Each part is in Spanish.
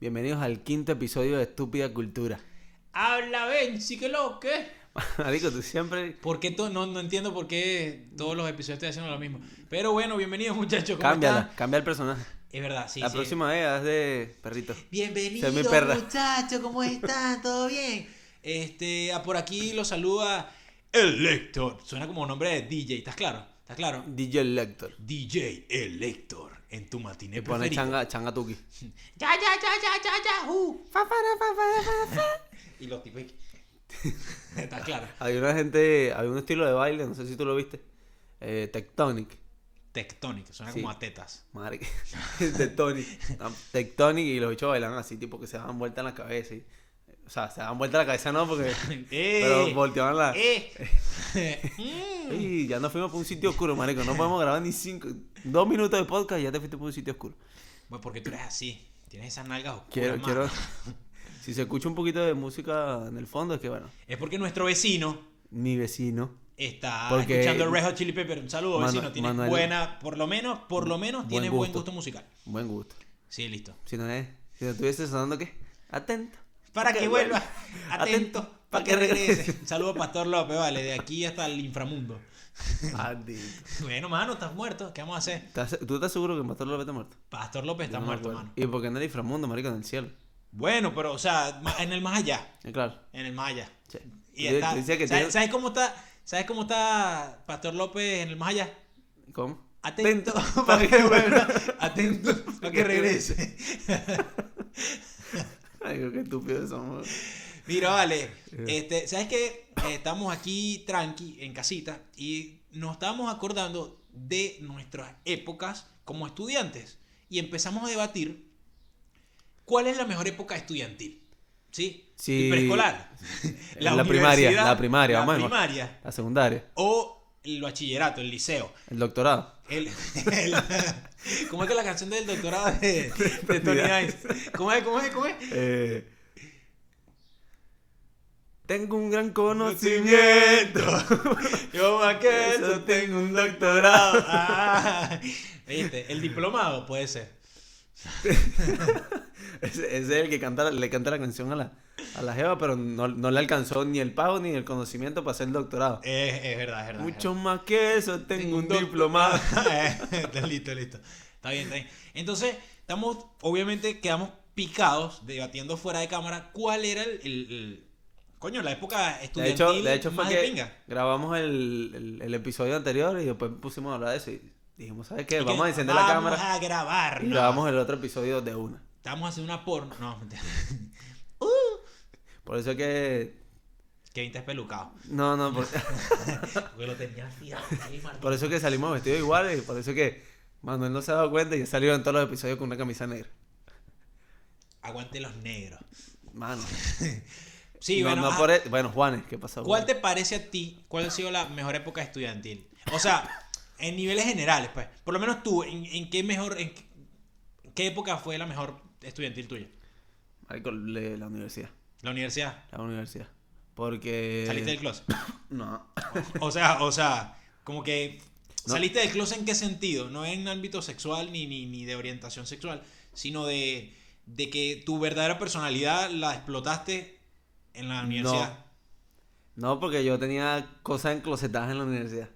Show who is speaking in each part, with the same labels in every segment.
Speaker 1: Bienvenidos al quinto episodio de Estúpida Cultura.
Speaker 2: Habla, ven, sí que lo que.
Speaker 1: Marico, tú siempre.
Speaker 2: ¿Por qué to- no, no entiendo por qué todos los episodios estoy haciendo lo mismo. Pero bueno, bienvenidos muchachos. ¿cómo
Speaker 1: Cámbiala,
Speaker 2: están?
Speaker 1: cambia el personaje.
Speaker 2: Es verdad, sí.
Speaker 1: la
Speaker 2: sí.
Speaker 1: próxima vez haz de perrito.
Speaker 2: Bienvenidos
Speaker 1: Soy mi perra.
Speaker 2: muchachos, ¿cómo están? ¿Todo bien? Este, ah, por aquí los saluda Elector. Suena como nombre de DJ, ¿estás claro? ¿Estás claro?
Speaker 1: DJ Lector.
Speaker 2: DJ Elector en tu matiné
Speaker 1: Y pone
Speaker 2: preferido.
Speaker 1: changa, changa tuki.
Speaker 2: Ya, ya, ya, ya, ya, ya, uh. Y los tipos. ¿Estás claro?
Speaker 1: Hay una gente, hay un estilo de baile, no sé si tú lo viste. Eh, tectonic.
Speaker 2: Tectónico, suena
Speaker 1: Sí.
Speaker 2: como a tetas.
Speaker 1: Madre que. tectonic. Tectonic y los bichos bailan así, tipo que se dan vuelta en la cabeza. y- O sea, se dan vuelta en la cabeza no, porque. pero
Speaker 2: ¡Eh!
Speaker 1: volteaban la.
Speaker 2: ¡Eh! Mm.
Speaker 1: Ey, ya nos fuimos para un sitio oscuro, marico. No podemos grabar ni cinco, dos minutos de podcast y ya te fuiste para un sitio oscuro.
Speaker 2: Bueno, porque tú eres así. Tienes esas nalgas oscuras.
Speaker 1: Quiero,
Speaker 2: mano.
Speaker 1: quiero. Si se escucha un poquito de música en el fondo, es que bueno,
Speaker 2: Es porque nuestro vecino
Speaker 1: mi vecino.
Speaker 2: está
Speaker 1: Porque-
Speaker 2: escuchando Red Hot Chili Pepper. Un saludo,
Speaker 1: Manu-
Speaker 2: vecino. Tienes
Speaker 1: Manuel-
Speaker 2: buena, por lo menos, por lo menos,
Speaker 1: Buen
Speaker 2: tienes buen
Speaker 1: gusto.
Speaker 2: gusto musical.
Speaker 1: Buen gusto.
Speaker 2: Sí, listo.
Speaker 1: Si no es, si no estuviese sonando qué, atento.
Speaker 2: Para que vuelva, atento,
Speaker 1: Atento,
Speaker 2: para que regrese. Un saludo a Pastor López, vale, de aquí hasta el inframundo.
Speaker 1: Maldito.
Speaker 2: Bueno, mano, estás muerto. ¿Qué vamos a hacer?
Speaker 1: ¿Estás- ¿Tú estás seguro que Pastor López está muerto?
Speaker 2: Pastor López está
Speaker 1: Yo no me
Speaker 2: muerto,
Speaker 1: acuerdo.
Speaker 2: mano.
Speaker 1: ¿Y por qué no era inframundo, marico, en el cielo?
Speaker 2: Bueno, pero, o sea, ma- en el más allá.
Speaker 1: Eh, claro.
Speaker 2: En el más allá.
Speaker 1: Sí.
Speaker 2: Y
Speaker 1: Yo-
Speaker 2: está-
Speaker 1: yo decía que
Speaker 2: ¿sabes,
Speaker 1: tiene-
Speaker 2: sabes cómo está? ¿Sabes cómo está Pastor López en el más allá?
Speaker 1: ¿Cómo?
Speaker 2: Atento, para que vuelva. Atento para que regrese.
Speaker 1: Ay, qué estúpidos somos.
Speaker 2: Mira, vale. Este, ¿Sabes qué? Eh, Estamos aquí tranqui, en casita, y nos estábamos acordando de nuestras épocas como estudiantes. Y empezamos a debatir cuál es la mejor época estudiantil. ¿Sí?
Speaker 1: Sí.
Speaker 2: El preescolar.
Speaker 1: La primaria,
Speaker 2: universidad,
Speaker 1: la primaria,
Speaker 2: La
Speaker 1: vamos a ver.
Speaker 2: primaria.
Speaker 1: La secundaria,
Speaker 2: O el bachillerato, el liceo.
Speaker 1: el doctorado.
Speaker 2: El, el- ¿Cómo es que la canción del doctorado de, de Tony Ice? ¿Cómo es? ¿Cómo es? ¿Cómo es?
Speaker 1: Eh, tengo un gran conocimiento.
Speaker 2: Yo más que eso
Speaker 1: Yo tengo un doctorado.
Speaker 2: tengo. Ah, ¿Viste? El diplomado puede ser.
Speaker 1: Ese, ese es el que canta, le canta la canción a la, a la Jeva, pero no, no le alcanzó ni el pago ni el conocimiento para hacer el doctorado.
Speaker 2: Es, es verdad, es verdad.
Speaker 1: Mucho más que eso, tengo, un
Speaker 2: doc-
Speaker 1: diplomado.
Speaker 2: Eh, está listo, listo. Está bien, está bien. Entonces, estamos, obviamente, quedamos picados debatiendo fuera de cámara cuál era el. el- el- coño, la época
Speaker 1: De
Speaker 2: estudiantil
Speaker 1: hecho, de hecho fue
Speaker 2: más
Speaker 1: que
Speaker 2: de pinga.
Speaker 1: grabamos el, el- el episodio anterior y después pusimos a hablar de eso y dijimos, ¿sabes qué?
Speaker 2: Y que
Speaker 1: Vamos a encender la
Speaker 2: vamos
Speaker 1: cámara
Speaker 2: a grabar.
Speaker 1: y grabamos el otro episodio de una.
Speaker 2: Estamos haciendo una porno. No, mentira.
Speaker 1: Por eso es que...
Speaker 2: Kevin está espelucado.
Speaker 1: No, no, por,
Speaker 2: Porque lo tenía fiado. ahí, Martín.
Speaker 1: por eso es que salimos vestidos iguales y por eso es que Manuel no se ha dado cuenta y ya salieron todos los episodios con una camisa negra.
Speaker 2: Aguante los negros.
Speaker 1: Mano.
Speaker 2: Sí,
Speaker 1: No,
Speaker 2: bueno.
Speaker 1: no
Speaker 2: ah,
Speaker 1: por e- bueno, Juanes, ¿qué pasó?
Speaker 2: ¿Cuál
Speaker 1: Juanes?
Speaker 2: te parece a ti? ¿Cuál ha sido la mejor época estudiantil? O sea, en niveles generales, pues. Por lo menos tú, ¿en, en qué mejor. En, qué- en qué época fue la mejor estudiantil tuya?
Speaker 1: Marico, le- la universidad.
Speaker 2: La universidad.
Speaker 1: La universidad. Porque.
Speaker 2: Saliste del closet.
Speaker 1: No.
Speaker 2: O sea, o sea, como que.
Speaker 1: No.
Speaker 2: ¿Saliste del closet en qué sentido? No en ámbito sexual ni, ni, ni de orientación sexual, sino de, de que tu verdadera personalidad la explotaste en la
Speaker 1: No.
Speaker 2: universidad.
Speaker 1: No, porque yo tenía cosas enclosetadas en la universidad.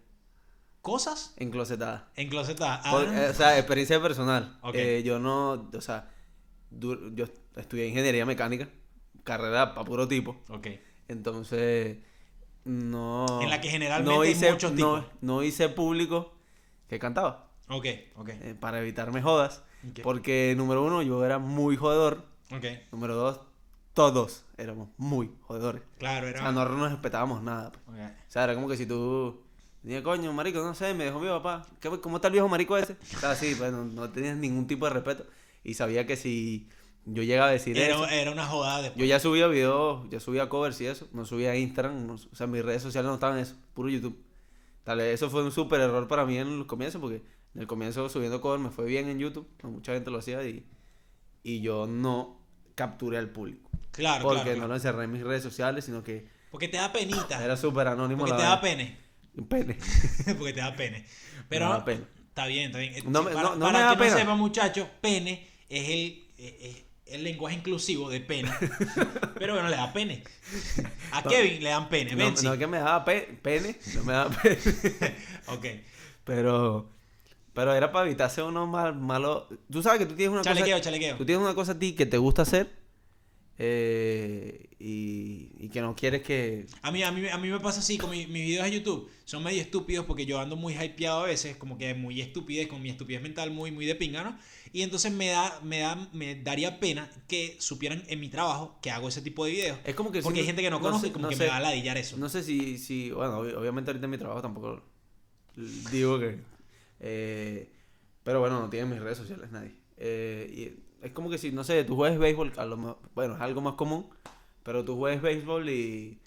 Speaker 2: ¿Cosas?
Speaker 1: Enclosetadas.
Speaker 2: En closet. Ah,
Speaker 1: Por- eh, o sea, experiencia personal.
Speaker 2: Ok.
Speaker 1: Eh, yo no. O sea, du- yo estudié ingeniería mecánica. Carrera para puro tipo.
Speaker 2: ok.
Speaker 1: Entonces. No.
Speaker 2: En la que generalmente hay muchos
Speaker 1: no-
Speaker 2: tipos.
Speaker 1: no hice público que cantaba.
Speaker 2: Ok, ok.
Speaker 1: eh, para evitarme jodas.
Speaker 2: Ok.
Speaker 1: Porque, número uno, yo era muy jodedor.
Speaker 2: Ok.
Speaker 1: Número dos, todos éramos muy jodedores.
Speaker 2: Claro,
Speaker 1: O
Speaker 2: era.
Speaker 1: sea, Ah, no nos respetábamos nada. pues.
Speaker 2: Ok.
Speaker 1: O sea, era como que si tú... Dije, coño, marico, no sé, me dejó mi papá. ¿Qué- ¿Cómo está el viejo marico ese? O sea, sí, pues no, no tenías ningún tipo de respeto. Y sabía que si yo llegaba a decir eso...
Speaker 2: Era, era una jodada después.
Speaker 1: Yo ya subía videos, ya subía covers y eso. No subía a Instagram. no- o sea, mis redes sociales no estaban en eso. Puro YouTube. Tal vez eso fue un súper error para mí en los comienzos porque en el comienzo subiendo covers me fue bien en YouTube. no mucha gente lo hacía y, y yo no capturé al público.
Speaker 2: Claro,
Speaker 1: porque
Speaker 2: claro.
Speaker 1: no
Speaker 2: claro.
Speaker 1: lo encerré en mis redes sociales, sino que
Speaker 2: Porque te da penita.
Speaker 1: era súper anónimo.
Speaker 2: porque
Speaker 1: la
Speaker 2: te da
Speaker 1: vaina.
Speaker 2: pene.
Speaker 1: Un pene.
Speaker 2: porque te da pene. Pero
Speaker 1: Me da pena.
Speaker 2: está bien, está bien. Eh,
Speaker 1: No
Speaker 2: sí,
Speaker 1: me-
Speaker 2: para
Speaker 1: no- no
Speaker 2: para
Speaker 1: me da
Speaker 2: que
Speaker 1: pena.
Speaker 2: no sepa, muchachos, pene es el eh, eh, el lenguaje inclusivo de pene. Pero bueno, le da pene. A Kevin le dan pene.
Speaker 1: No,
Speaker 2: Benzi.
Speaker 1: no es que me daba pe- pene, no me daba pene.
Speaker 2: Ok.
Speaker 1: Pero, pero era para evitarse uno mal, malo. Tú sabes que tú tienes una
Speaker 2: Chalequeo,
Speaker 1: cosa.
Speaker 2: chalequeo.
Speaker 1: Tú tienes una cosa a ti que te gusta hacer eh, y, y que no quieres que.
Speaker 2: A mí, a, mí, a mí me pasa así con mi- mis videos de YouTube. Son medio estúpidos porque yo ando muy hypeado a veces, como que muy estupidez, con mi estupidez mental muy, muy de pinga, ¿no? Y entonces me, da, me, da, me daría pena que supieran en mi trabajo que hago ese tipo de videos.
Speaker 1: Es como que.
Speaker 2: Porque
Speaker 1: si-
Speaker 2: hay gente que no conoce
Speaker 1: sé-
Speaker 2: y como
Speaker 1: no
Speaker 2: que
Speaker 1: sé,
Speaker 2: me va a ladillar eso.
Speaker 1: No sé si, si bueno, ob- obviamente ahorita en mi trabajo tampoco digo que... eh, pero bueno, no tienen mis redes sociales nadie. Eh, y es como que si, no sé, tú juegas béisbol, a lo mo- bueno, es algo más común, pero tú juegas béisbol y,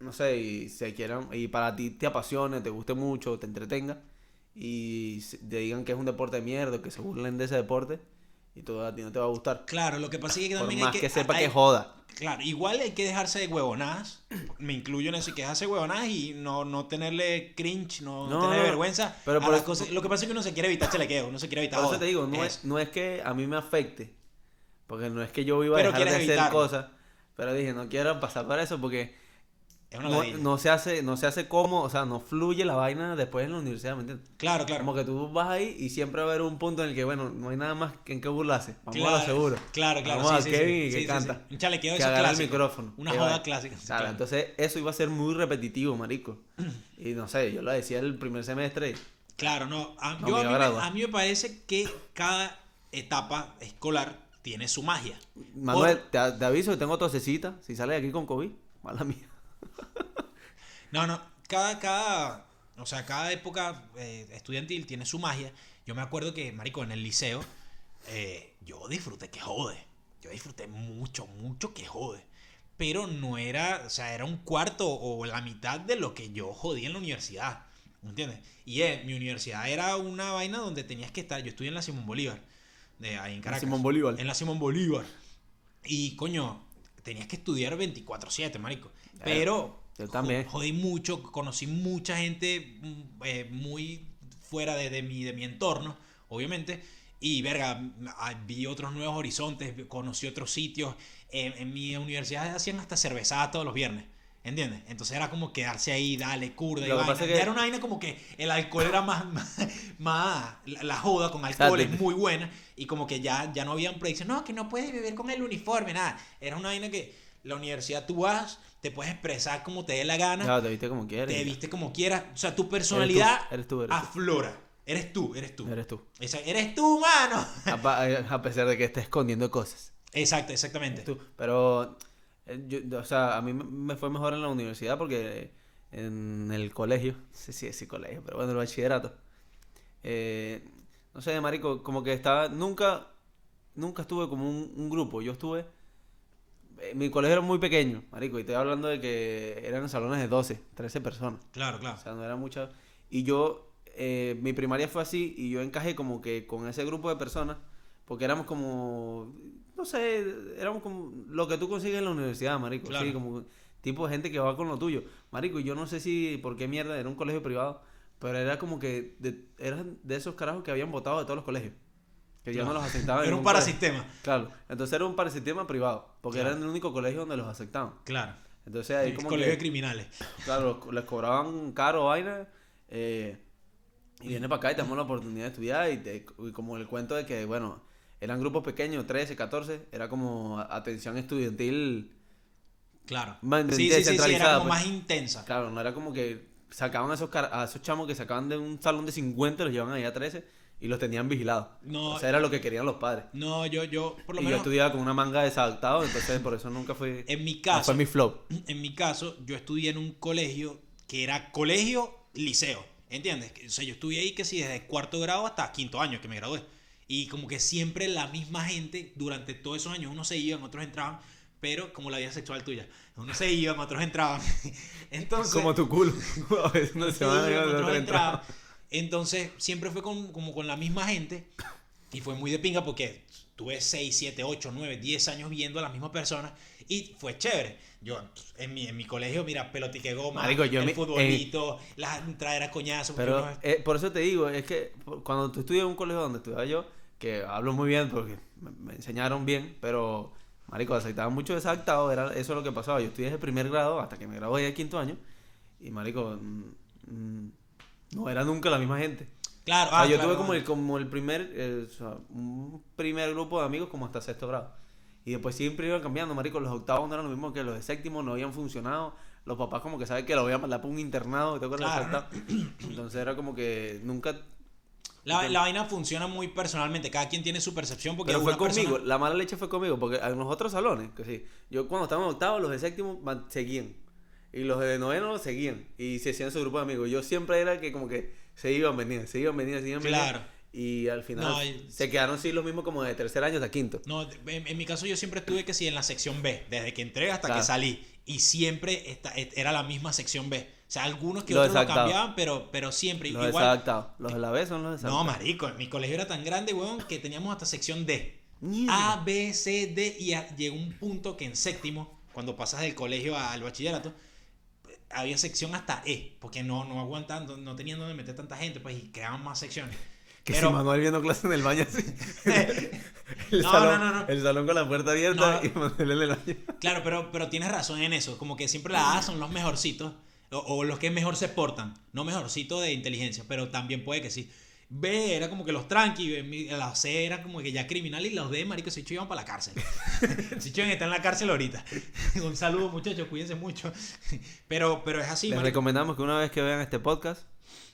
Speaker 1: no sé, y se quieran, y para ti te apasione, te guste mucho, te entretenga, y se- te digan que es un deporte de mierda, que se burlen de ese deporte, y todo a ti no te va a gustar.
Speaker 2: Claro, lo que pasa es que
Speaker 1: Por
Speaker 2: también
Speaker 1: más
Speaker 2: hay
Speaker 1: que,
Speaker 2: que...
Speaker 1: sepa
Speaker 2: hay-
Speaker 1: que joda.
Speaker 2: Claro, igual hay que dejarse de huevonadas. Me incluyo en eso, hay que dejarse de huevonadas y no, no tenerle cringe, no,
Speaker 1: No,
Speaker 2: tenerle
Speaker 1: no,
Speaker 2: vergüenza.
Speaker 1: pero
Speaker 2: a
Speaker 1: por
Speaker 2: las
Speaker 1: eso-
Speaker 2: cosas- Lo que pasa es que uno se quiere evitar chalequeo, uno se quiere evitar.
Speaker 1: Por eso
Speaker 2: joda.
Speaker 1: te digo, no
Speaker 2: Eso.
Speaker 1: es, no es que a mí me afecte, porque no es que yo viva a
Speaker 2: Pero
Speaker 1: dejar de
Speaker 2: quieres
Speaker 1: hacer
Speaker 2: evitarlo.
Speaker 1: cosas, pero dije, no quiero pasar por eso porque
Speaker 2: Es una
Speaker 1: no,
Speaker 2: ladilla.
Speaker 1: no se hace, no se hace como, o sea, no fluye la vaina después en la universidad, ¿me entiendes?
Speaker 2: Claro, claro.
Speaker 1: Como que tú vas ahí y siempre va a haber un punto en el que, bueno, no hay nada más que en qué burlarse, vamos a lo
Speaker 2: Claro,
Speaker 1: seguro.
Speaker 2: Claro, claro.
Speaker 1: Vamos
Speaker 2: sí,
Speaker 1: a
Speaker 2: sí,
Speaker 1: Kevin
Speaker 2: sí,
Speaker 1: y
Speaker 2: sí,
Speaker 1: que
Speaker 2: sí,
Speaker 1: canta.
Speaker 2: sí. Un chalequeo de
Speaker 1: que
Speaker 2: esos
Speaker 1: agarra el
Speaker 2: clásicos.
Speaker 1: micrófono.
Speaker 2: Una
Speaker 1: que
Speaker 2: joda
Speaker 1: va.
Speaker 2: clásica. sí,
Speaker 1: Claro,
Speaker 2: claro.
Speaker 1: entonces eso iba a ser muy repetitivo, marico. Y no sé, yo lo decía el primer semestre. y-
Speaker 2: Claro, no. A,
Speaker 1: No,
Speaker 2: yo,
Speaker 1: me
Speaker 2: a, mí me,
Speaker 1: agrada.
Speaker 2: a mí me parece que cada etapa escolar tiene su magia.
Speaker 1: Manuel, te, te aviso que tengo tosecita, si sales de aquí con COVID, mala mía.
Speaker 2: No, no, cada, cada, o sea, cada época eh, estudiantil tiene su magia. Yo me acuerdo que, marico, en el liceo, eh, yo disfruté que jode. Yo disfruté mucho, mucho que jode. Pero no era, o sea, era un cuarto o la mitad de lo que yo jodía en la universidad. ¿Me entiendes? Y eh, mi universidad era una vaina donde tenías que estar. Yo estudié en la Simón Bolívar, de ahí en Caracas.
Speaker 1: Simón Bolívar.
Speaker 2: En la Simón Bolívar. Y, coño, tenías que estudiar 24-7, marico. Pero
Speaker 1: Yo también.
Speaker 2: jo- jodí mucho, conocí mucha gente mm, eh, muy fuera de, de mi, de mi entorno, obviamente. Y verga, m- ah, vi otros nuevos horizontes, vi- conocí otros sitios. En, en mi universidad hacían hasta cervezada todos los viernes. ¿Entiendes? Entonces era como quedarse ahí, dale, curda y
Speaker 1: Lo que
Speaker 2: vaina.
Speaker 1: pasa es que-
Speaker 2: Era una vaina como que el alcohol era más, más, más- la, la joda con
Speaker 1: sea,
Speaker 2: alcohol
Speaker 1: te-
Speaker 2: es muy buena y como que ya, ya no habían predicción, no, que no puedes vivir con el uniforme, nada. Era una vaina que la universidad tú vas, te puedes expresar como te dé la gana,
Speaker 1: Claro, te viste como quieres.
Speaker 2: te
Speaker 1: y ya.
Speaker 2: viste como quieras, o sea, tu personalidad
Speaker 1: eres tú, eres tú.
Speaker 2: aflora. Eres tú, eres tú.
Speaker 1: Eres tú.
Speaker 2: Esa- eres tú, mano.
Speaker 1: A, pa- a pesar de que estés escondiendo cosas.
Speaker 2: Exacto, exactamente.
Speaker 1: Eres tú. Pero, eh, yo- o sea, a mí me- me fue mejor en la universidad porque en el colegio, no sé si decir colegio, pero bueno, el bachillerato. eh, no sé, marico, como que estaba, nunca, nunca estuve como un, un grupo. Yo estuve, eh, mi colegio era muy pequeño, marico, y estoy hablando de que eran salones de 12, 13 personas.
Speaker 2: Claro, claro.
Speaker 1: O sea, no era mucha. Y yo, eh, mi primaria fue así y yo encajé como que con ese grupo de personas, porque éramos como, no sé, éramos como lo que tú consigues en la universidad, Marico.
Speaker 2: Claro.
Speaker 1: Sí, como tipo de gente que va con lo tuyo. Marico, y yo no sé si, por qué mierda, era un colegio privado, pero era como que de, eran de esos carajos que habían votado de todos los colegios. Que ya no
Speaker 2: Claro.
Speaker 1: los aceptaban. en
Speaker 2: Era un
Speaker 1: colegio.
Speaker 2: parasistema.
Speaker 1: Claro, entonces era un parasistema privado, porque
Speaker 2: Claro.
Speaker 1: era el único colegio donde los aceptaban.
Speaker 2: Claro.
Speaker 1: Entonces ahí
Speaker 2: El
Speaker 1: como
Speaker 2: colegio
Speaker 1: que-
Speaker 2: de criminales.
Speaker 1: Claro, los- les cobraban caro vaina. eh, y viene para acá y tenemos la oportunidad de estudiar. Y, te- y como el cuento de que, bueno, eran grupos pequeños, 13, 14. Era como a- atención estudiantil.
Speaker 2: Claro.
Speaker 1: Man,
Speaker 2: Sí, sí, sí, sí, era
Speaker 1: descentralizada,
Speaker 2: como
Speaker 1: pues.
Speaker 2: más intensa.
Speaker 1: Claro, no era como que sacaban a esos, car- a esos chamos que sacaban de un salón de 50, los llevaban ahí a 13 y los tenían vigilados.
Speaker 2: No.
Speaker 1: o sea, era lo que querían los padres.
Speaker 2: No, yo, yo, por
Speaker 1: Y
Speaker 2: lo
Speaker 1: yo
Speaker 2: menos.
Speaker 1: estudiaba con una manga de desadaptado, entonces por eso nunca fui.
Speaker 2: En mi
Speaker 1: no
Speaker 2: caso,
Speaker 1: fue mi flop.
Speaker 2: en mi caso, yo estudié en un colegio que era colegio, liceo, ¿entiendes? Que- O sea, yo estudié ahí que sí, desde cuarto grado hasta quinto año que me gradué. Y como que siempre la misma gente, durante todos esos años, unos se iban, otros entraban, pero como la vida sexual tuya, unos se iban, otros entraban. Entonces,
Speaker 1: Como tu culo. A veces no se
Speaker 2: Sí,
Speaker 1: van a
Speaker 2: yo
Speaker 1: llevar de
Speaker 2: encontraba
Speaker 1: otra entrada.
Speaker 2: entrada. Entonces, siempre fue con, como con la misma gente. Y fue muy de pinga porque tuve 6, 7, 8, 9, 10 años viendo a las mismas personas. Y fue chévere. Yo en mi, en mi colegio, mira, pelotique goma,
Speaker 1: Marico, yo
Speaker 2: el
Speaker 1: me- eh,
Speaker 2: futbolito, las traer a coñazo. porque
Speaker 1: Pero
Speaker 2: uno-
Speaker 1: eh, por eso te digo, es que por- cuando tú estudias en un colegio donde estudiaba yo, que hablo muy bien porque me, me enseñaron bien, pero, marico, aceptaban mucho desactado, era eso lo que pasaba. Yo estudié desde primer grado hasta que me gradué de quinto año y, marico, mm, mm, no era nunca la misma gente. O
Speaker 2: Claro,
Speaker 1: sea,
Speaker 2: ah,
Speaker 1: yo
Speaker 2: claro,
Speaker 1: tuve como
Speaker 2: claro.
Speaker 1: el, como el primer, eh, o sea, un primer grupo de amigos como hasta sexto grado. Y después siempre iban cambiando, marico. Los octavos no eran lo mismo que los de séptimo, no habían funcionado. Los papás como que saben que lo voy a mandar para un internado, ¿te acuerdas? de los
Speaker 2: Claro.
Speaker 1: octavos? Entonces era como que nunca...
Speaker 2: La, la vaina funciona muy personalmente. Cada quien tiene su percepción porque
Speaker 1: Pero fue
Speaker 2: una
Speaker 1: conmigo,
Speaker 2: persona-
Speaker 1: la mala leche fue conmigo, porque en los otros salones, que sí, yo cuando estaba en octavo, los de séptimo man- seguían. Y los de noveno seguían. Y se hacían su grupo de amigos. Yo siempre era el que como que se iban, venían, se iban, venían, se iban, venían.
Speaker 2: Claro.
Speaker 1: Y al final
Speaker 2: No, y-
Speaker 1: se quedaron sí los mismos como de tercer año hasta quinto.
Speaker 2: No, en, en mi caso yo siempre estuve que sí en la sección B, desde que entré hasta
Speaker 1: Claro.
Speaker 2: que salí. Y siempre esta- et- era la misma sección B. O sea, algunos que
Speaker 1: Lo
Speaker 2: otros lo
Speaker 1: desactado.
Speaker 2: cambiaban, pero, pero siempre.
Speaker 1: Los
Speaker 2: Igual.
Speaker 1: desadaptados. Los de la B son los
Speaker 2: No,
Speaker 1: desadaptados.
Speaker 2: marico, mi colegio era tan grande, weón, que teníamos hasta sección D.
Speaker 1: Mierda.
Speaker 2: A, B, C, D. Y a- llegó un punto que en séptimo, cuando pasas del colegio al bachillerato, había sección hasta E, porque no, no aguantaban, no- no tenían donde meter tanta gente, pues, y creaban más secciones.
Speaker 1: que
Speaker 2: pero-
Speaker 1: si Manuel viendo clase en el baño así. el
Speaker 2: No,
Speaker 1: salón,
Speaker 2: no, no, no.
Speaker 1: El salón con la puerta abierta
Speaker 2: No.
Speaker 1: y Manuel en el baño.
Speaker 2: Claro, pero, pero tienes razón en eso. Como que siempre la A son los mejorcitos o, o los que mejor se portan. No mejorcito de inteligencia, pero también puede que sí. B era como que los tranqui, B, mi- la C era como que ya criminal y los D, marico, se iban para la cárcel. Se está en la cárcel ahorita. Un saludo, muchachos, cuídense mucho. Pero, pero es así,
Speaker 1: Les
Speaker 2: marico.
Speaker 1: recomendamos que una vez que vean este podcast,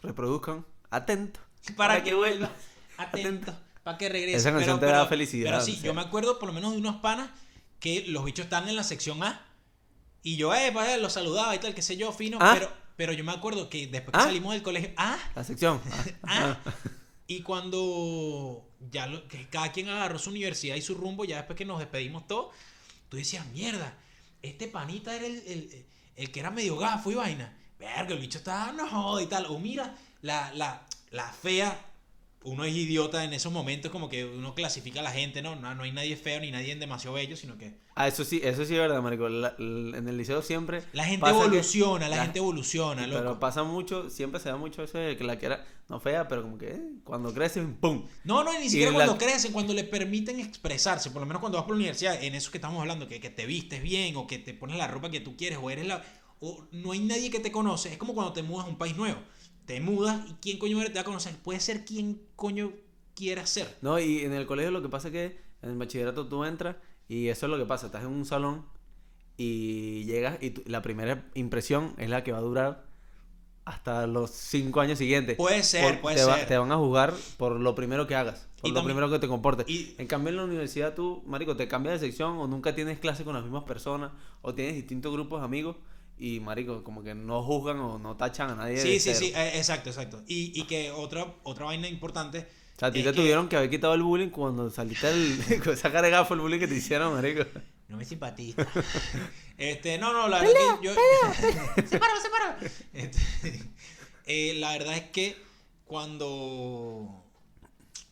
Speaker 1: reproduzcan atento.
Speaker 2: para que vuelva.
Speaker 1: Atento.
Speaker 2: Atento. Para que regrese.
Speaker 1: Esa canción te da felicidad,
Speaker 2: Pero
Speaker 1: o
Speaker 2: sí,
Speaker 1: sea.
Speaker 2: yo me acuerdo por lo menos de unos panas que los bichos están en la sección A. Y yo, eh, pa, los saludaba y tal, qué sé yo, fino.
Speaker 1: Ah.
Speaker 2: Pero, pero yo me acuerdo que después que
Speaker 1: Ah.
Speaker 2: salimos del colegio. Ah,
Speaker 1: La sección.
Speaker 2: ah. Y cuando ya lo- que cada quien agarró su universidad y su rumbo, ya después que nos despedimos todos, tú decías, mierda, este panita era el, el- el que era medio gafo y vaina. Verga, el bicho está, no joda y tal. O mira, la, la, la fea, uno es idiota en esos momentos, como que uno clasifica a la gente, ¿no? No, no hay nadie feo ni nadie demasiado bello, sino que
Speaker 1: Ah, eso sí, eso sí es verdad, marico. La- la- en el liceo siempre...
Speaker 2: la gente
Speaker 1: pasa que-
Speaker 2: evoluciona, la,
Speaker 1: la-
Speaker 2: gente evoluciona, loco.
Speaker 1: Pero pasa mucho, siempre se da mucho eso de que la que era no fea, pero como que eh, cuando creces, ¡pum!
Speaker 2: No, no, ni siquiera
Speaker 1: la-
Speaker 2: cuando crecen, cuando le permiten expresarse, por lo menos cuando vas por la universidad, en eso que estamos hablando, que, que te vistes bien o que te pones la ropa que tú quieres o eres la... O no hay nadie que te conoce, es como cuando te mudas a un país nuevo, te mudas y quién coño eres te va a conocer, puede ser quien coño quiera ser.
Speaker 1: No, y en el colegio lo que pasa es que en el bachillerato tú entras y eso es lo que pasa. Estás en un salón y llegas y tú- la primera impresión es la que va a durar hasta los cinco años siguientes.
Speaker 2: Puede ser,
Speaker 1: Por-
Speaker 2: puede
Speaker 1: te va-
Speaker 2: ser.
Speaker 1: te van a juzgar por lo primero que hagas, por
Speaker 2: Y
Speaker 1: lo
Speaker 2: también-
Speaker 1: primero que te comportes.
Speaker 2: y-
Speaker 1: En cambio en la universidad tú, marico, te cambias de sección o nunca tienes clase con las mismas personas o tienes distintos grupos de amigos y, marico, como que no juzgan o no tachan a nadie de
Speaker 2: Sí, sí,
Speaker 1: cero.
Speaker 2: sí, eh, exacto, exacto. Y, y que otra, otra vaina importante...
Speaker 1: O sea, a ti
Speaker 2: es
Speaker 1: te
Speaker 2: que-
Speaker 1: tuvieron que haber quitado el bullying cuando saliste del. con esa carga fue el bullying que te hicieron, marico.
Speaker 2: No me simpatiza. este, no, no, la verdad que yo. sepáralo, sepáralo. Este, eh, la verdad es que cuando.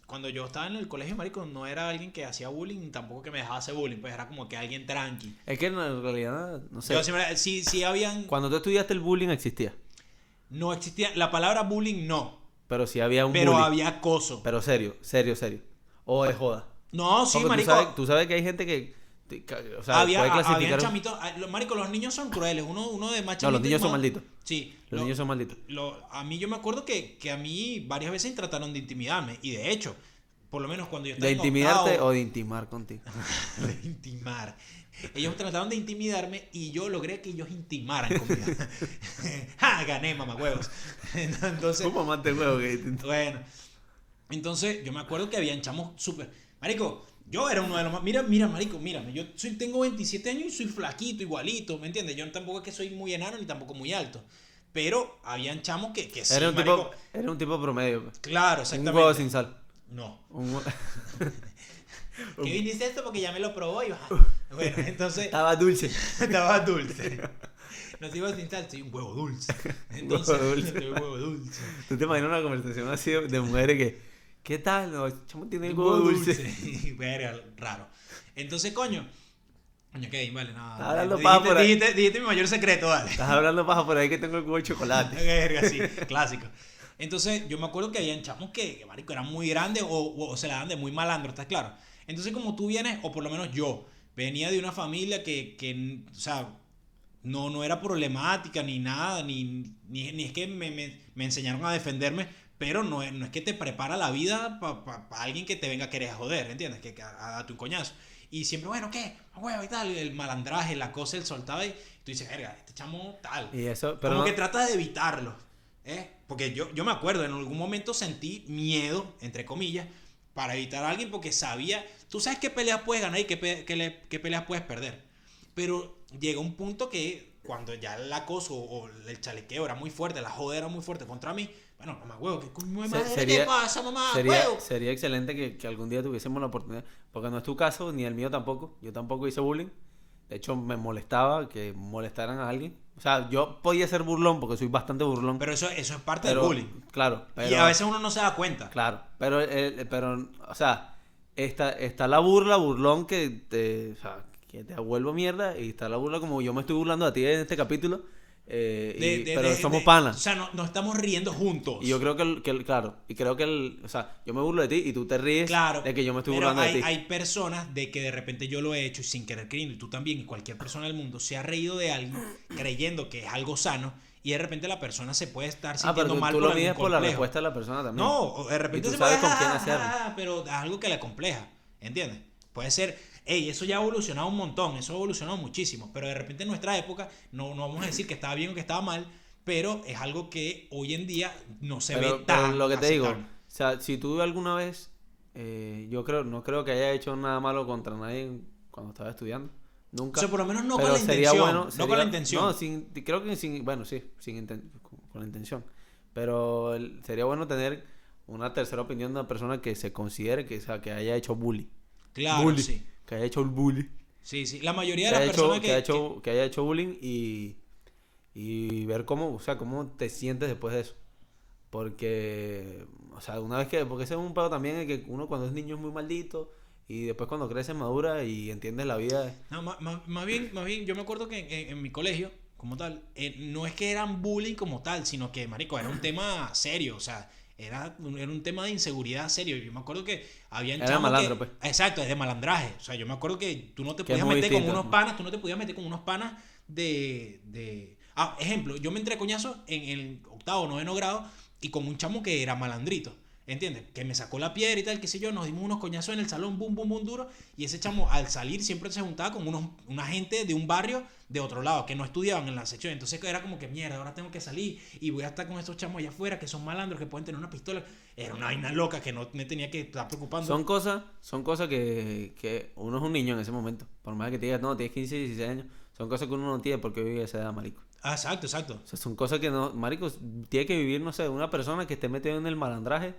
Speaker 2: Cuando yo estaba en el colegio, marico, no era alguien que hacía bullying, tampoco que me dejaba hacer bullying, pues era como que alguien tranqui.
Speaker 1: Es que en realidad, no sé.
Speaker 2: Yo siempre- sí, sí habían,
Speaker 1: Cuando tú estudiaste el bullying existía.
Speaker 2: no existía, la palabra bullying no,
Speaker 1: Pero sí había un
Speaker 2: pero
Speaker 1: bullying.
Speaker 2: había acoso.
Speaker 1: Pero serio, serio, serio. O de joda.
Speaker 2: No, sí,
Speaker 1: Porque
Speaker 2: marico.
Speaker 1: Tú sabes, tú sabes que hay gente que. te- ca- O sea,
Speaker 2: había,
Speaker 1: puede
Speaker 2: habían
Speaker 1: clasificar.
Speaker 2: chamitos, ah, los- marico, los niños son crueles, uno, uno de más
Speaker 1: No, los
Speaker 2: chamito y
Speaker 1: niños son
Speaker 2: más-
Speaker 1: malditos.
Speaker 2: Sí,
Speaker 1: Los
Speaker 2: lo-
Speaker 1: niños son malditos.
Speaker 2: lo- a mí yo me acuerdo que, que a mí varias veces trataron de intimidarme. Y de hecho, por lo menos cuando yo estaba
Speaker 1: De
Speaker 2: en
Speaker 1: intimidarte
Speaker 2: octavo-
Speaker 1: o de intimar contigo.
Speaker 2: de intimar. Ellos trataron de intimidarme y yo logré que ellos intimaran conmigo. ¡Ja! Gané, mamagüevos. Entonces,
Speaker 1: ¿Cómo mate huevo que
Speaker 2: bueno. Entonces, yo me acuerdo que habían chamos súper. Marico, yo era uno de los más. Mira, mira, Marico, mírame. Yo soy, tengo 27 años y soy flaquito, igualito, ¿me entiendes? Yo tampoco es que soy muy enano ni tampoco muy alto. Pero habían chamos que, que sí,
Speaker 1: Era un
Speaker 2: marico.
Speaker 1: tipo. Era un tipo promedio. pues.
Speaker 2: Claro,
Speaker 1: Un
Speaker 2: exactamente.
Speaker 1: huevo sin sal.
Speaker 2: No.
Speaker 1: Un hue-
Speaker 2: Kevin dice esto porque ya me lo probó y va. Bueno, entonces
Speaker 1: Estaba dulce.
Speaker 2: estaba dulce. No te iba sin sal, soy un huevo dulce. Entonces,
Speaker 1: Huevo dulce.
Speaker 2: soy un huevo dulce.
Speaker 1: ¿Tú te imaginas una conversación así de de mujeres que, ¿qué tal? No, el chamo tiene el huevo dulce.
Speaker 2: Verga, raro. Entonces, coño. Coño, Kevin, vale, nada.
Speaker 1: Está hablando paja
Speaker 2: dijiste,
Speaker 1: por ahí.
Speaker 2: dijiste- dijiste mi mayor secreto, vale.
Speaker 1: Estás hablando paja por ahí que tengo el huevo de chocolate.
Speaker 2: Verga, sí, clásico. Entonces, yo me acuerdo que habían chamos que, que, marico, eran muy grandes o, o, o se la dan de muy malandro, ¿estás claro? Entonces, como tú vienes, o por lo menos yo, venía de una familia que, que o sea, no, no era problemática ni nada, ni, ni, ni es que me, me, me, enseñaron a defenderme, pero no es, no es que te prepara la vida para pa, pa alguien que te venga a querer joder, ¿entiendes? Que, que a, a darte un coñazo. Y siempre, bueno, ¿qué? Huevo y tal, el malandraje, la cosa, el soltado y tú dices, verga, este chamo tal.
Speaker 1: Y eso, pero no...
Speaker 2: Como que tratas de evitarlo, ¿eh? Porque yo, yo me acuerdo, en algún momento sentí miedo, entre comillas, para evitar a alguien porque sabía, tú sabes qué peleas puedes ganar y qué, pe qué, le qué peleas puedes perder. Pero llega un punto que cuando ya el acoso o el chalequeo era muy fuerte, la joda era muy fuerte contra mí, bueno, mamá huevo, ¿qué coño de madre sería, te pasa, mamá
Speaker 1: sería,
Speaker 2: huevo?
Speaker 1: Sería excelente que, que, algún día tuviésemos la oportunidad, porque no es tu caso, ni el mío tampoco, yo tampoco hice bullying. De hecho, me molestaba que molestaran a alguien. O sea, yo podía ser burlón porque soy bastante burlón.
Speaker 2: Pero eso, eso es parte pero, del bullying.
Speaker 1: Claro.
Speaker 2: Pero, y a veces uno no se da cuenta.
Speaker 1: Claro. Pero, eh, pero o sea, está, está la burla, burlón, que te, o sea, que te vuelvo mierda. Y está la burla como yo me estoy burlando a ti en este capítulo. Eh, de, y, de, pero de, somos panas.
Speaker 2: O sea, nos no estamos riendo juntos.
Speaker 1: Y yo creo que, el, que el, claro, y creo que el, o sea, yo me burlo de ti y tú te ríes
Speaker 2: claro,
Speaker 1: de que yo me estoy
Speaker 2: pero
Speaker 1: burlando
Speaker 2: hay,
Speaker 1: de ti.
Speaker 2: Hay personas de que de repente yo lo he hecho y sin querer creyendo, y tú también, y cualquier persona del mundo se ha reído de alguien creyendo que es algo sano. Y de repente la persona se puede estar sintiendo ah, pero tú, mal
Speaker 1: tú
Speaker 2: por
Speaker 1: lo mides
Speaker 2: por
Speaker 1: la respuesta de la persona también.
Speaker 2: No, de repente
Speaker 1: y tú
Speaker 2: se
Speaker 1: sabes
Speaker 2: puede,
Speaker 1: con quién hacerlo.
Speaker 2: Ah, pero algo que le compleja, ¿entiendes? Puede ser, hey, eso ya ha evolucionado un montón, eso ha evolucionado muchísimo, pero de repente en nuestra época no, no vamos a decir que estaba bien o que estaba mal, pero es algo que hoy en día no se
Speaker 1: Pero,
Speaker 2: ve
Speaker 1: pero
Speaker 2: tan.
Speaker 1: lo que te digo, o
Speaker 2: aceptable.
Speaker 1: sea, si tú alguna vez, eh, yo creo, no creo que haya hecho nada malo contra nadie cuando estaba estudiando. Nunca.
Speaker 2: O sea, por lo menos no
Speaker 1: Pero
Speaker 2: con la
Speaker 1: sería
Speaker 2: intención.
Speaker 1: bueno,
Speaker 2: no
Speaker 1: sería-
Speaker 2: con la intención.
Speaker 1: No, sin- creo que sin, bueno, sí, sin inten- con, con la intención. Pero el- sería bueno tener una tercera opinión de una persona que se considere que, o sea, que haya hecho bully.
Speaker 2: claro,
Speaker 1: bully.
Speaker 2: sí.
Speaker 1: Que haya hecho el bully.
Speaker 2: Sí, sí. La mayoría
Speaker 1: Que
Speaker 2: de
Speaker 1: haya,
Speaker 2: las
Speaker 1: hecho,
Speaker 2: personas
Speaker 1: que,
Speaker 2: que.
Speaker 1: haya hecho, que haya hecho bullying y, y ver cómo, o sea, cómo te sientes después de eso. Porque, o sea, una vez que, porque ese es un pedo también el que uno cuando es niño es muy maldito y después cuando crece madura y entiendes la vida.
Speaker 2: No, ma- ma- más, bien, más bien, yo me acuerdo que en, en- en mi colegio, como tal, eh, no es que eran bullying como tal, sino que, marico, era un tema serio, o sea, era, un- era un tema de inseguridad serio. Yo me acuerdo que habían
Speaker 1: Era
Speaker 2: chamos
Speaker 1: malandro,
Speaker 2: que-
Speaker 1: pues.
Speaker 2: Exacto, es de malandraje. O sea, yo me acuerdo que tú no te
Speaker 1: Que es
Speaker 2: podías
Speaker 1: muy
Speaker 2: meter con
Speaker 1: distinto,
Speaker 2: unos
Speaker 1: ¿no?
Speaker 2: panas, tú no te podías meter con unos panas de... de... Ah, ejemplo, yo me entré a coñazo en el octavo, noveno grado y con un chamo que era malandrito. ¿Entiendes? Que me sacó la piedra y tal, qué sé yo, nos dimos unos coñazos en el salón, boom, boom, boom, duro. Y ese chamo al salir siempre se juntaba con unos, una gente de un barrio de otro lado, que no estudiaban en la sección. Entonces era como que mierda, ahora tengo que salir y voy a estar con estos chamos allá afuera que son malandros, que pueden tener una pistola. Era una vaina loca que no me tenía que estar preocupando.
Speaker 1: Son cosas, son cosas que, que uno es un niño en ese momento. Por más que te digas, no, tienes 15, 16 años, son cosas que uno no tiene porque vive esa edad, marico.
Speaker 2: Ah, exacto, exacto.
Speaker 1: O sea, son cosas que no, marico, tiene que vivir, no sé, una persona que esté metida en el malandraje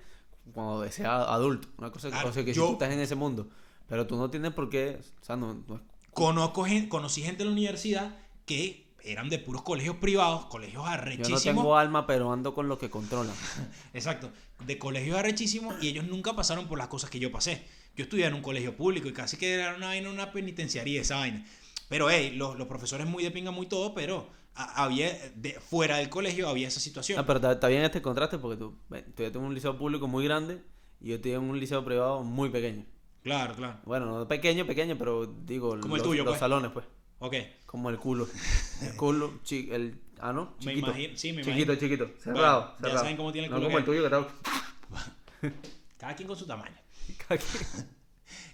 Speaker 1: cuando sea adulto. Una cosa,
Speaker 2: Claro,
Speaker 1: o sea, que si
Speaker 2: yo-
Speaker 1: tú estás en ese mundo. Pero tú no tienes por qué, o sea, no, no-
Speaker 2: Conozco gen- conocí gente en la universidad que eran de puros colegios privados, colegios
Speaker 1: yo no
Speaker 2: arrechísimos.
Speaker 1: tengo alma, pero ando con lo que controlan.
Speaker 2: Exacto. De colegios arrechísimos y ellos nunca pasaron por las cosas que yo pasé. Yo estudié en un colegio público y casi que era una vaina, una penitenciaría esa vaina. Pero, hey, los, los profesores muy de pinga, muy todo, pero a- había, de, fuera del colegio había esa situación.
Speaker 1: No, pero está, está bien este contraste porque tú, ve, tú ya tienes un liceo público muy grande y yo estoy en un liceo privado muy pequeño.
Speaker 2: Claro, claro.
Speaker 1: Bueno, no pequeño, pequeño, pero digo,
Speaker 2: Como el
Speaker 1: los,
Speaker 2: tuyo,
Speaker 1: los
Speaker 2: pues.
Speaker 1: salones, pues.
Speaker 2: Ok.
Speaker 1: Como el culo. El culo, chi- el. Ah, no.
Speaker 2: Me
Speaker 1: Chiquito.
Speaker 2: imagino- sí, me
Speaker 1: chiquito,
Speaker 2: imagino.
Speaker 1: chiquito. Cerrado.
Speaker 2: Bueno, ya
Speaker 1: cerrado.
Speaker 2: saben cómo tiene el
Speaker 1: No
Speaker 2: culo
Speaker 1: como el
Speaker 2: que-
Speaker 1: tuyo que está.
Speaker 2: Cada quien con su tamaño.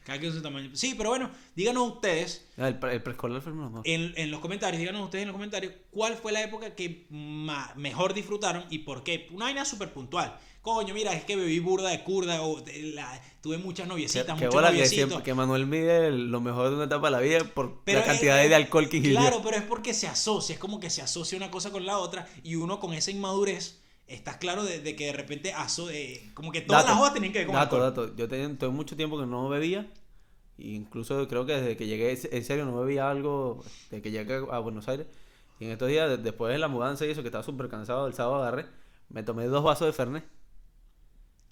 Speaker 2: Cada quien con su tamaño. Sí, pero bueno, díganos ustedes
Speaker 1: Ah, El, pre- el preescolar fue uno, no.
Speaker 2: en, en los comentarios, díganos ustedes en los comentarios cuál fue la época que ma- mejor disfrutaron y por qué. Una vaina súper puntual. Coño, mira, es que bebí burda de curda o de la- tuve muchas
Speaker 1: Que,
Speaker 2: noviecitas,
Speaker 1: que
Speaker 2: muchos
Speaker 1: bola que,
Speaker 2: noviecitos.
Speaker 1: siempre- que Manuel mide el- lo mejor de una etapa de la vida por
Speaker 2: Pero
Speaker 1: la cantidad
Speaker 2: es-
Speaker 1: de alcohol que ingirió.
Speaker 2: Claro, pero es porque se asocia, es como que se asocia una cosa con la otra y uno con esa inmadurez, estás claro de, de que de repente aso- eh, como que todas
Speaker 1: Dato,
Speaker 2: las jodas tenían que ver con
Speaker 1: Dato,
Speaker 2: alcohol.
Speaker 1: dato. Yo tenía tuve mucho tiempo que no bebía. e Incluso creo que desde que llegué, en serio, no bebía algo. Desde que llegué a Buenos Aires. Y en estos días, de- después de la mudanza y eso, que estaba súper cansado, el sábado agarré, me tomé dos vasos de Fernet.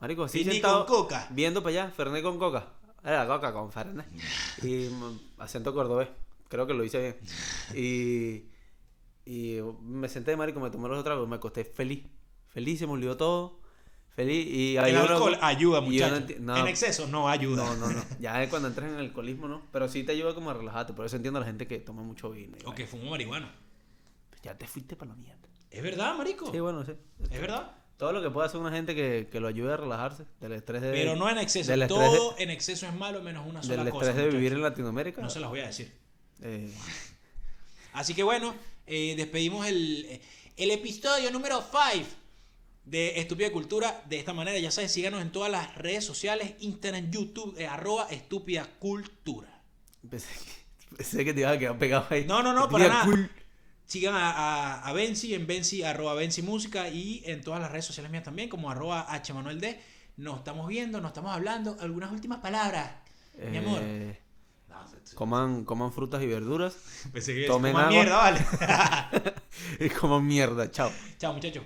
Speaker 1: Marico, así
Speaker 2: Y ni
Speaker 1: sentado,
Speaker 2: con coca.
Speaker 1: viendo para allá, Fernet con coca. Era coca con Fernet. Y mm, acento cordobés. Creo que lo hice bien. Y, y me senté, marico, me tomé los tragos, me acosté feliz. Feliz, se me olvidó todo. Feliz. Y hay
Speaker 2: El
Speaker 1: uno-
Speaker 2: alcohol ayuda,
Speaker 1: y uno
Speaker 2: muchachos.
Speaker 1: enti- no.
Speaker 2: En exceso no ayuda.
Speaker 1: No, no, no. Ya cuando entras en el alcoholismo, no. Pero sí te ayuda como a relajarte. Por eso entiendo a la gente que toma mucho vino. y
Speaker 2: O que fumo marihuana.
Speaker 1: vaina. Ya te fuiste para la mierda.
Speaker 2: Es verdad, marico.
Speaker 1: Sí, bueno, sí.
Speaker 2: Es verdad.
Speaker 1: Todo lo que pueda hacer una gente que, que lo ayude a relajarse del estrés de.
Speaker 2: Pero no en exceso.
Speaker 1: del estrés
Speaker 2: Todo en exceso es malo menos una
Speaker 1: de-
Speaker 2: sola
Speaker 1: del
Speaker 2: cosa.
Speaker 1: estrés de vivir
Speaker 2: muchachos.
Speaker 1: en Latinoamérica.
Speaker 2: No se las voy a decir.
Speaker 1: Eh,
Speaker 2: Así que bueno, eh, despedimos el, el episodio número 5 de Estúpida Cultura. De esta manera, ya sabes, síganos en todas las redes sociales, Instagram, YouTube, eh, arroba estúpida cultura.
Speaker 1: pensé, que, pensé que te ibas a quedar pegado ahí.
Speaker 2: No, no, no,
Speaker 1: Te
Speaker 2: para
Speaker 1: diga,
Speaker 2: nada.
Speaker 1: "Cool".
Speaker 2: Sigan a, a, a Benzi en Benzi, arroba Benzi Música y en todas las redes sociales mías también, como arroba HManuelD. Nos estamos viendo, nos estamos hablando. Algunas últimas palabras, mi amor.
Speaker 1: Eh,
Speaker 2: No, se- se-
Speaker 1: coman, coman frutas y verduras.
Speaker 2: pensé que
Speaker 1: tomen
Speaker 2: como a
Speaker 1: agua.
Speaker 2: mierda, vale.
Speaker 1: y coman mierda. Chao.
Speaker 2: Chao, muchachos.